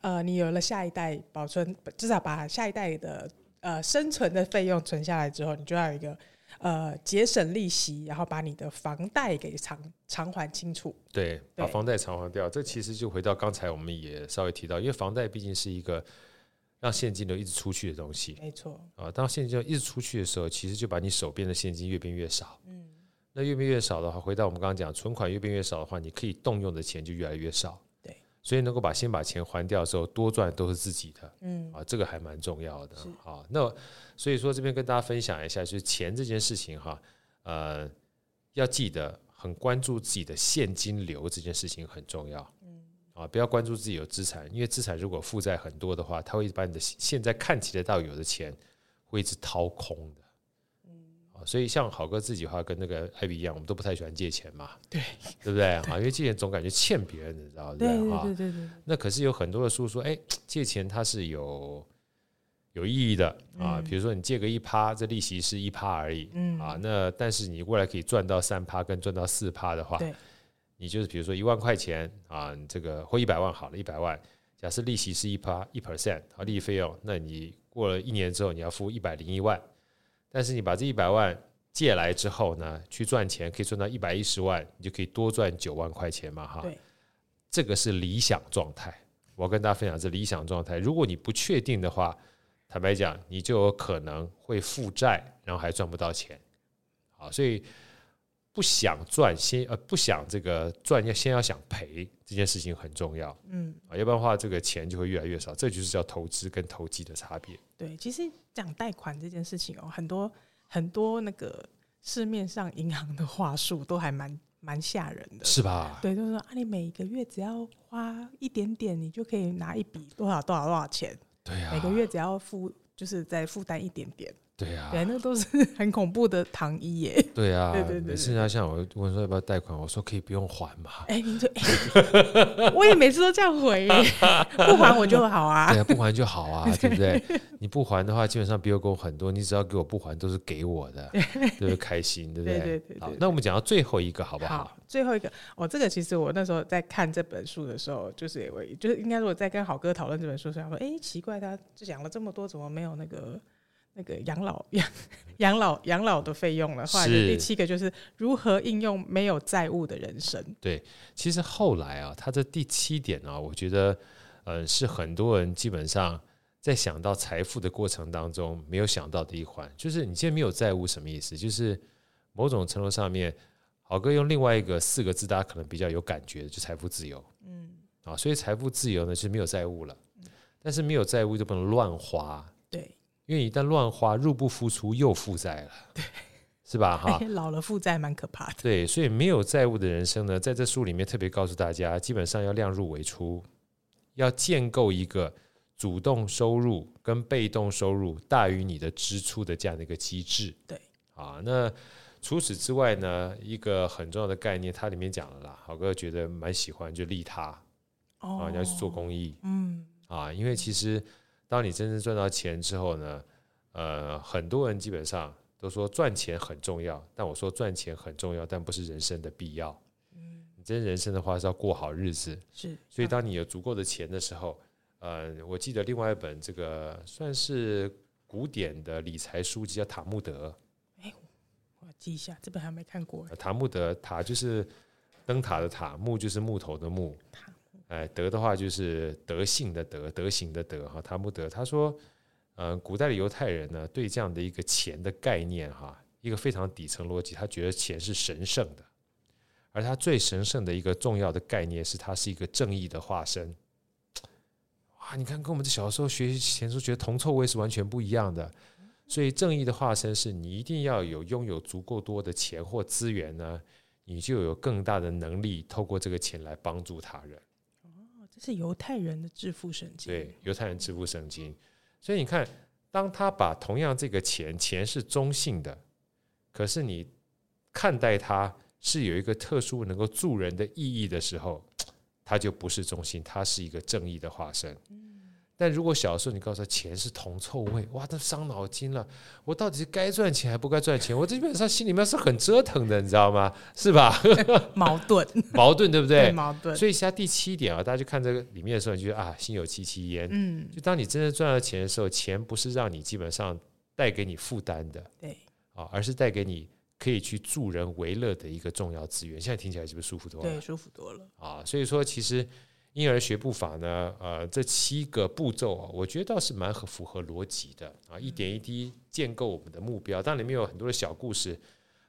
S2: 呃，你有了下一代，保存至少把下一代的呃生存的费用存下来之后，你就要有一个呃节省利息，然后把你的房贷给偿偿还清楚。
S1: 对，把
S2: 对
S1: 房贷偿还掉，这其实就回到刚才我们也稍微提到，因为房贷毕竟是一个让现金流一直出去的东西
S2: 没错，
S1: 啊。当现金流一直出去的时候，其实就把你手边的现金越变越少。
S2: 嗯，
S1: 那越变越少的话，回到我们刚刚讲，存款越变越少的话，你可以动用的钱就越来越少。
S2: 对，
S1: 所以能够把先把钱还掉之后，多赚都是自己的。
S2: 嗯，
S1: 啊，这个还蛮重要的
S2: 是
S1: 啊。那所以说这边跟大家分享一下，就是钱这件事情哈，呃，要记得很关注自己的现金流这件事情很重要。啊，不要关注自己有资产，因为资产如果负债很多的话，它会把你的现在看起得到有的钱会一直掏空的。啊，所以像好哥自己的话，跟那个艾比一样，我们都不太喜欢借钱嘛，
S2: 对
S1: 对不对啊？因为借钱总感觉欠别人的，你知道对不对啊？
S2: 对对，
S1: 那可是有很多的书说，哎，借钱它是有有意义的啊，
S2: 嗯
S1: 比如说你借个一趴，这利息是一趴而已、
S2: 嗯
S1: 啊，那但是你未来可以赚到三趴跟赚到四趴的话
S2: 对，
S1: 你就是比如说一万块钱啊，你这个或一百万好了，一百万，假设利息是一趴一 percent 啊，利息费用，那你过了一年之后你要付一百零一万，但是你把这一百万借来之后呢，去赚钱可以赚到一百一十万，你就可以多赚九万块钱嘛哈。
S2: 对
S1: 这个是理想状态。我要跟大家分享这理想状态。如果你不确定的话，坦白讲，你就有可能会负债，然后还赚不到钱。好，所以不想赚先呃不想这个赚要先要想赔这件事情很重要
S2: 嗯。
S1: 啊，要不然的话这个钱就会越来越少。这就是叫投资跟投机的差别。
S2: 对，其实讲贷款这件事情哦，很多很多那个市面上银行的话术都还蛮蛮吓人的。
S1: 是吧？
S2: 对，就是说啊，你每一个月只要花一点点，你就可以拿一笔多少多少多少钱，
S1: 对啊呀、
S2: 每个月只要付就是再负担一点点。
S1: 对呀、
S2: 对，那都是很恐怖的糖衣耶。
S1: 对呀、
S2: 对对对对
S1: 每次人家像我问说要不要贷款，我说可以不用还嘛。
S2: 哎、你就、哎 我也每次都这样 回耶，不还我就好啊
S1: 对。啊，不还就好 啊，对不对？你不还的话，基本上比我多很多，你只要给我不还，都是给我的，对不对？开心，对不
S2: 对对对
S1: 好
S2: 对，
S1: 那我们讲到最后一个好不好？
S2: 最后一个，哦，这个其实我那时候在看这本书的时候，就是我就是应该是我在跟好哥讨论这本书的时候，想说，哎、奇怪，他就讲了这么多，怎么没有那个那个养老 养养老养老的费用了？后来就是第七个就是如何应用没有债务的人生。
S1: 其实后来啊，他这第七点啊，我觉得，嗯、是很多人基本上在想到财富的过程当中没有想到的一环，就是你现在没有债务什么意思？就是某种程度上面，好哥用另外一个四个字，大家可能比较有感觉的，就财富自由。
S2: 嗯，
S1: 啊，所以财富自由呢是没有债务了，但是没有债务就不能乱花，
S2: 对，
S1: 因为一旦乱花，入不敷出又负债了，对，是吧？
S2: 而
S1: 哈
S2: 且， 老了负债蛮可怕的。
S1: 对，所以没有债务的人生呢，在这书里面特别告诉大家，基本上要量入为出，要建构一个主动收入跟被动收入大于你的支出的这样的一个机制。
S2: 对，
S1: 啊，那除此之外呢，一个很重要的概念，它里面讲了啦，好哥觉得蛮喜欢，就利他
S2: 哦
S1: 啊，你要去做公益
S2: 嗯，
S1: 啊，因为其实当你真正赚到钱之后呢，呃，很多人基本上都说赚钱很重要，但我说赚钱很重要，但不是人生的必要。你真人生的话是要过好日子，
S2: 是，
S1: 所以
S2: 啊
S1: 当你有足够的钱的时候，呃，我记得另外一本这个算是古典的理财书籍叫塔木德，
S2: 我记一下，这本还没看过，
S1: 呃塔木德塔就是灯塔的塔，木就是木头的木，
S2: 它
S1: 哎，德的话就是德性的德，德行的德哈。塔木德他说，呃，古代的犹太人呢，对这样的一个钱的概念哈，一个非常底层逻辑，他觉得钱是神圣的，而他最神圣的一个重要的概念是，它是一个正义的化身。哇，你看，跟我们这小时候学习钱书学铜臭味是完全不一样的。所以，正义的化身是你一定要有拥有足够多的钱或资源呢，你就有更大的能力，透过这个钱来帮助他人。
S2: 哦这是犹太人的致富神经，
S1: 对，犹太人致富圣经。所以你看，当他把同样这个钱，钱是中性的，可是你看待它是有一个特殊能够助人的意义的时候，它就不是中性，它是一个正义的化身。
S2: 嗯
S1: 但如果小时候你告诉他钱是铜臭味，哇，那伤脑筋了。我到底是该赚钱还不该赚钱？我这基本上心里面是很折腾的，你知道吗？是 吧？
S2: 矛盾，
S1: 矛盾，对不对？
S2: 矛盾，
S1: 所以，其他第七点啊，大家去看这个里面的时候，你就觉得啊，心有戚戚焉。
S2: 嗯，
S1: 就当你真正赚到钱的时候，钱不是让你基本上带给你负担的
S2: 对，
S1: 啊，而是带给你可以去助人为乐的一个重要资源。现在听起来是不是舒服多
S2: 对，
S1: 了
S2: 舒服多了，
S1: 啊？所以说，其实婴儿学步法呢，呃，这七个步骤啊，我觉得倒是蛮合符合逻辑的啊，一点一滴建构我们的目标。当然，里面有很多的小故事，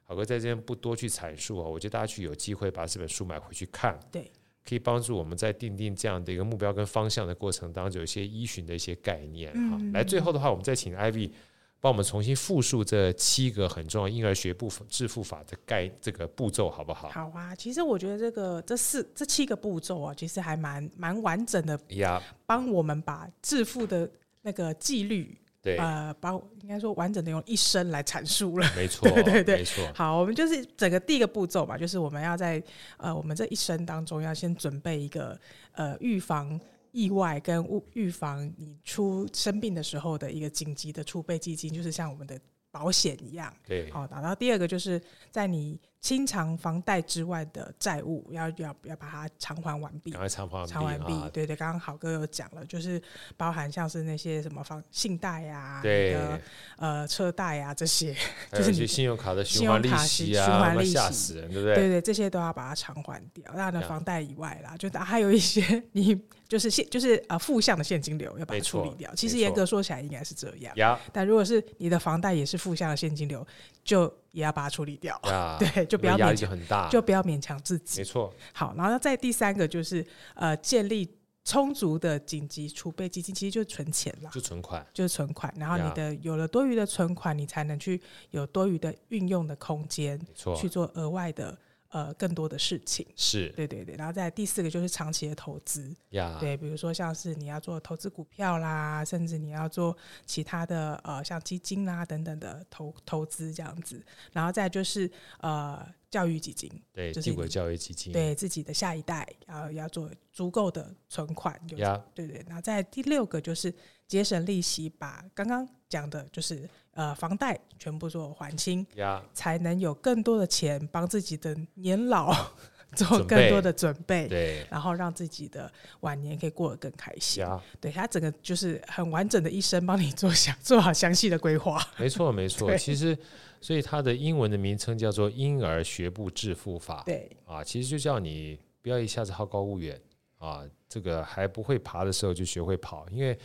S1: 好哥在这边不多去阐述啊，我觉得大家去有机会把这本书买回去看。
S2: 对，
S1: 可以帮助我们在定定这样的一个目标跟方向的过程当中，有一些依循的一些概念哈、来，最后的话，我们再请 Ivy 帮我们重新复述这七个很重要婴儿学步致富法的概这个步骤，好不好？
S2: 好啊。其实我觉得这个这四这七个步骤啊，其实还蛮蛮完整的，
S1: 呀，
S2: 帮我们把致富的那个纪律，
S1: 对，
S2: 呃，把我应该说完整的用一生来阐述了。
S1: 没错，
S2: 对 对对
S1: 没错，
S2: 好，我们就是整个第一个步骤嘛，就是我们要在呃我们这一生当中要先准备一个呃预防意外跟预预防你出生病的时候的一个紧急的储备基金，就是像我们的保险一样。
S1: 对，
S2: 好，然后第二个就是在你清偿房贷之外的债务，要要要把它偿还完毕
S1: 赶。快偿还
S2: 偿完毕
S1: 啊，，
S2: 对对，刚刚好哥有讲了，就是包含像是那些什么房信贷呀、你
S1: 对，
S2: 的呃车贷呀、这些，
S1: 还
S2: 就
S1: 有一
S2: 是你
S1: 些信用卡的
S2: 信
S1: 循
S2: 用
S1: 环利
S2: 卡
S1: 息
S2: 循
S1: 啊，
S2: 环
S1: 妈
S2: 利息
S1: 吓死人，对不
S2: 对
S1: 对？
S2: 对这些都要把它偿还掉。那呢，
S1: 呀
S2: 房贷以外啦，就还有一些 你就是现就是呃负向的现金流要把
S1: 没
S2: 它处
S1: 错
S2: 理掉。其实
S1: 没
S2: 严
S1: 错
S2: 格说起来应该是这样，
S1: 呀
S2: 但如果是你的房贷也是负向的现金流，就也要把它处理掉。
S1: 呀，
S2: 对，就不要
S1: 因为啊压
S2: 勉
S1: 力就
S2: 强，
S1: 很大，
S2: 就不要勉强自己
S1: 没。错，
S2: 好，然后再第三个就是呃，建立充足的紧急储备基金，其实就是存钱啦，
S1: 就存款，
S2: 就是存款。然后
S1: 呀
S2: 你的有了多余的存款，你才能去有多余的运用的空间，
S1: 没错
S2: 去，做额外的呃更多的事情。
S1: 是
S2: 对对对，然后再来第四个就是长期的投资，
S1: 呀，
S2: 对，比如说像是你要做投资股票啦，甚至你要做其他的呃像基金啦等等的投投资这样子，然后再来就是呃教育基金，
S1: 对，
S2: 就是
S1: 帝国
S2: 你
S1: 教育基金，
S2: 对自己的下一代呃要要做足够的存款，有
S1: 呀，
S2: 对对。然后在第六个就是节省利息，把刚刚讲的就是呃房贷全部做还清，
S1: 呀，
S2: 才能有更多的钱帮自己的年老 做
S1: 准
S2: 更多
S1: 备
S2: 的准备。
S1: 对，
S2: 然后让自己的晚年可以过得更开心。
S1: 呀，
S2: 对他整个就是很完整的一生，帮你做详做好详细的规划。
S1: 没错，没错。
S2: 对
S1: 其实，所以它的英文的名称叫做婴儿学步致富法
S2: 对
S1: 啊，其实就叫你不要一下子好高骛远啊，这个还不会爬的时候就学会跑，因为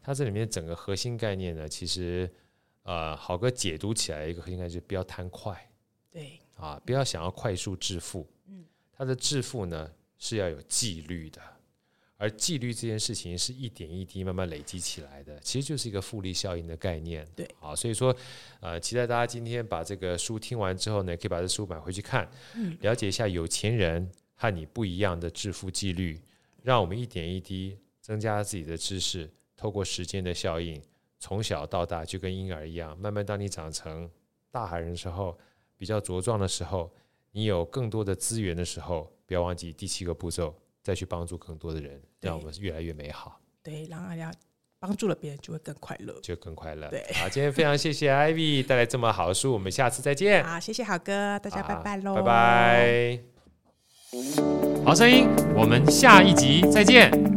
S1: 它这里面整个核心概念呢，其实呃，好哥解读起来一个核心概念就是不要贪快
S2: 对，
S1: 啊，不要想要快速致富，嗯，它的致富呢是要有纪律的。而纪律这件事情是一点一滴慢慢累积起来的，其实就是一个复利效应的概念。
S2: 对，
S1: 好，所以说，呃，期待大家今天把这个书听完之后呢，可以把这书买回去看，了解一下有钱人和你不一样的致富纪律，让我们一点一滴增加自己的知识，透过时间的效应，从小到大就跟婴儿一样，慢慢当你长成大海人的时候，比较茁壮的时候，你有更多的资源的时候，不要忘记第七个步骤，再去帮助更多的人，
S2: 对
S1: 让我们越来越美好，
S2: 对，让大家帮助了别人就会更快乐。
S1: 就更快乐
S2: 对。
S1: 好，今天非常谢谢 Ivy 带来这么好的书，我们下次再见。
S2: 好，谢谢好哥，大家拜
S1: 好
S2: 拜喽，
S1: 拜拜。好声音，我们下一集再见。